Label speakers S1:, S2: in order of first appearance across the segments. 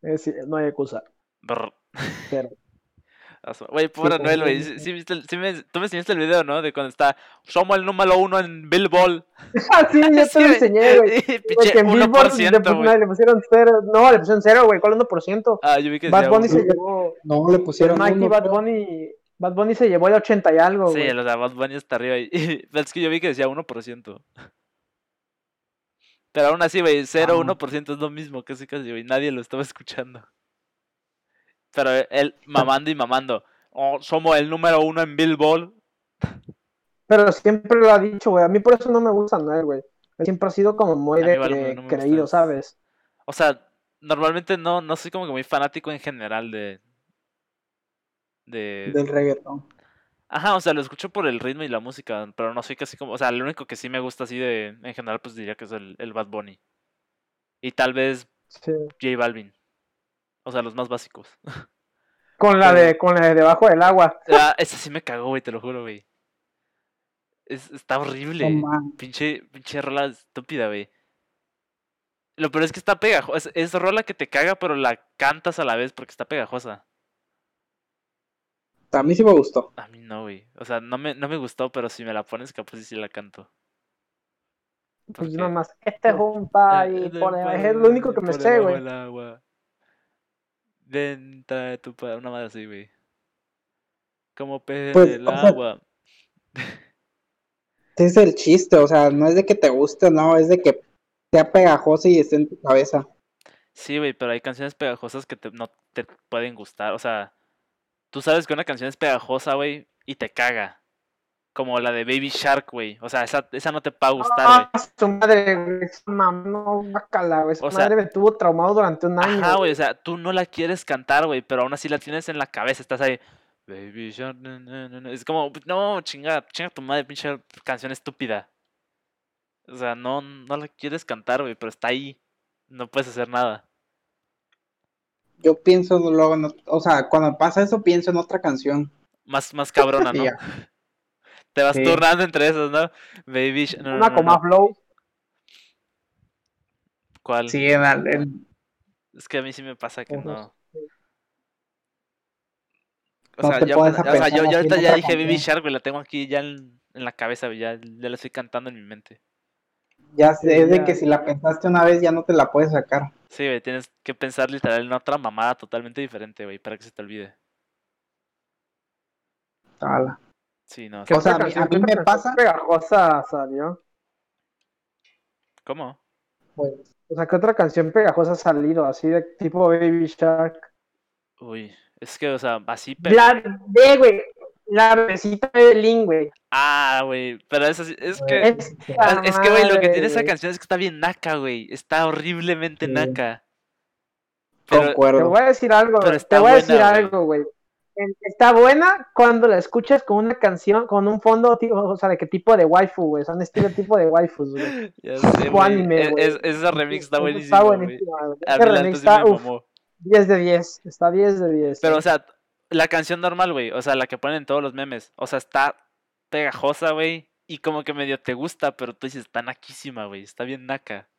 S1: Es decir, no hay excusa.
S2: Brr.
S1: Pero,
S2: Asma- Güey, pobre
S1: Sí,
S2: Anuel, güey.
S1: sí,
S2: Sí,
S1: sí.
S2: sí viste el- sí me- tú me enseñaste el video, ¿no? De cuando está somos el número uno en Billboard.
S1: ah, sí, yo
S2: Sí,
S1: te lo
S2: güey.
S1: enseñé, güey.
S2: Y
S1: Porque
S2: Pinche
S1: en Billboard le,
S2: 1%,
S1: pus-
S2: güey.
S1: le pusieron cero. No, le pusieron cero, güey. ¿Cuál 1%?
S2: Ah, yo vi que
S1: Bad
S2: decía
S1: Bunny
S2: uno.
S1: se llevó.
S3: No, le
S1: El
S3: pusieron
S1: Mikey
S3: uno,
S1: Bad
S3: creo.
S1: Bunny. Bad Bunny se llevó el 80 y algo,
S2: Sí,
S1: güey.
S2: o sea, Bad Bunny está arriba. Y, es que yo vi que decía 1%. Pero aún así, güey, 0,
S3: Ah.
S2: 1% es lo mismo, casi casi, güey. Nadie lo estaba escuchando. Pero él
S1: Ah.
S2: mamando y mamando. Oh, somos el número uno en Billboard.
S1: Pero siempre lo ha dicho, güey. A mí por eso no me gusta Noel, güey. Él siempre ha sido como muy
S2: A mí
S1: de,
S2: igual,
S1: de
S2: güey, no me gusta
S1: creído,
S2: él.
S1: ¿sabes?
S2: O sea, normalmente no, no soy como que muy fanático en general de. De.
S3: Del reggaetón.
S2: Ajá, o sea, lo escucho por el ritmo y la música, pero no soy casi como. O sea, lo único que sí me gusta así de. En general, pues diría que es el, el Bad Bunny. Y tal vez
S1: Sí.
S2: J Balvin. O sea, los más básicos.
S1: Con la de, con la de debajo del agua.
S2: Ah, esa sí me cagó, güey, te lo juro, güey. Es, está horrible.
S3: No mames.
S2: Pinche, pinche rola estúpida, güey. Lo peor es que está pegajosa. Es, es rola que te caga, pero la cantas a la vez porque está pegajosa.
S3: A mí sí me gustó.
S2: A mí no, güey. O sea, no me, no me gustó, pero si me la pones, capaz y sí la canto.
S1: Pues
S2: Porque-
S1: nada más. Este es un party. por debajo- Es lo único que me
S2: Ah, eh, Por
S1: sé,
S2: debajo
S1: güey.
S2: del agua. Ven, trae tu pa- Una madre así, güey. Como pez
S3: Pues,
S2: del
S3: o sea,
S2: agua.
S3: Ese es el chiste, o sea, no es de que te guste, no, es de que sea pegajoso y esté en tu cabeza.
S2: Sí, güey, pero hay canciones pegajosas que te- no te pueden gustar. O sea, tú sabes que una canción es pegajosa, güey, y te caga. Como la de Baby Shark, güey. O sea, esa, esa no te va a gustar, güey.
S1: Ah, su madre, güey. Esa mamá, no, guácala, güey. Su
S2: O sea-
S1: madre me tuvo traumado durante un año.
S2: Ajá, güey, o sea, tú no la quieres cantar, güey, pero aún así la tienes en la cabeza, estás ahí. Baby Shark, na, na, na, na". Es como, no, chinga, chinga tu madre, pinche canción estúpida. O sea, no, no la quieres cantar, güey, pero está ahí. No puedes hacer nada.
S3: Yo pienso luego, en ot- o sea, cuando pasa eso pienso en otra canción.
S2: Más, más cabrona, Ah,
S3: Y
S2: ¿no?
S3: ya.
S2: Te vas
S3: Sí.
S2: turnando entre esas, ¿no? Baby Shark. No, no,
S1: Una
S2: no,
S1: con más
S2: no.
S1: flow.
S2: ¿Cuál?
S3: Sí, en, al- en-
S2: Es que a mí sí me pasa que
S1: Ujú.
S2: no. O
S3: No
S2: sea,
S3: te
S2: ya,
S3: pones
S2: ahorita-
S3: a
S2: o sea, yo, yo
S3: pensar así en
S2: ahorita ya
S3: otra
S2: dije Baby
S3: canción.
S2: Shark, güey, la tengo aquí ya en, en la cabeza, güey, ya, ya la estoy cantando en mi mente.
S3: ya sé, es
S1: Ya.
S3: de que si la pensaste una vez ya no te la puedes sacar.
S2: Sí, güey, tienes que pensar literal en otra mamada totalmente diferente, güey, para que se te olvide.
S3: Ala.
S2: Sí, no.
S3: ¿Qué? O sea,
S1: otra
S3: a mí-
S1: canción-
S3: a mí
S1: otra canción
S3: me pasa-
S1: Pegajosa salió.
S2: ¿Cómo?
S3: Bueno,
S1: O sea, ¿qué otra canción pegajosa ha salido? Así de tipo Baby Shark.
S2: Uy, es que, o sea, así pero...
S1: La de, güey. La besita de Lin, güey.
S2: Ah, güey, pero es así, es que... ah, Es,
S3: pues,
S1: Esta
S2: que, güey, lo
S1: madre,
S2: que tiene esa
S1: güey.
S2: canción es que está bien naca, güey. Está horriblemente
S3: Sí.
S2: naca. Pero,
S1: Te
S3: concuerdo.
S1: voy a decir algo,
S2: Pero
S1: güey,
S2: está
S1: te voy a
S2: buena,
S1: decir
S2: güey.
S1: algo, güey. En- Está buena cuando la escuchas con una canción, con un fondo, tipo, o sea, de qué tipo de waifu, güey. Son estilo tipo de waifus, güey.
S2: ya sé,
S1: Tipo
S2: güey,
S1: anime,
S2: es-
S1: güey.
S2: es- esa remix está buenísima,
S1: Está
S2: güey.
S1: buenísima, güey.
S2: A
S1: Ese
S2: mí la neta
S1: remix
S2: sí me
S1: está, uf,
S2: mamó.
S1: 10 de 10. Está 10 de 10.
S2: Pero, o sea, la canción normal, güey. O sea, la que ponen en todos los memes. O sea, está pegajosa, güey. Y como que medio te gusta, pero tú dices, está naquísima, güey. Está bien naca.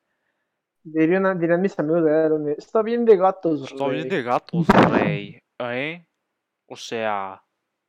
S1: dirían, dirían mis amigos de Aeronet, está bien de gatos,
S2: Está
S1: güey.
S2: bien de gatos, güey. ¿Eh? O sea,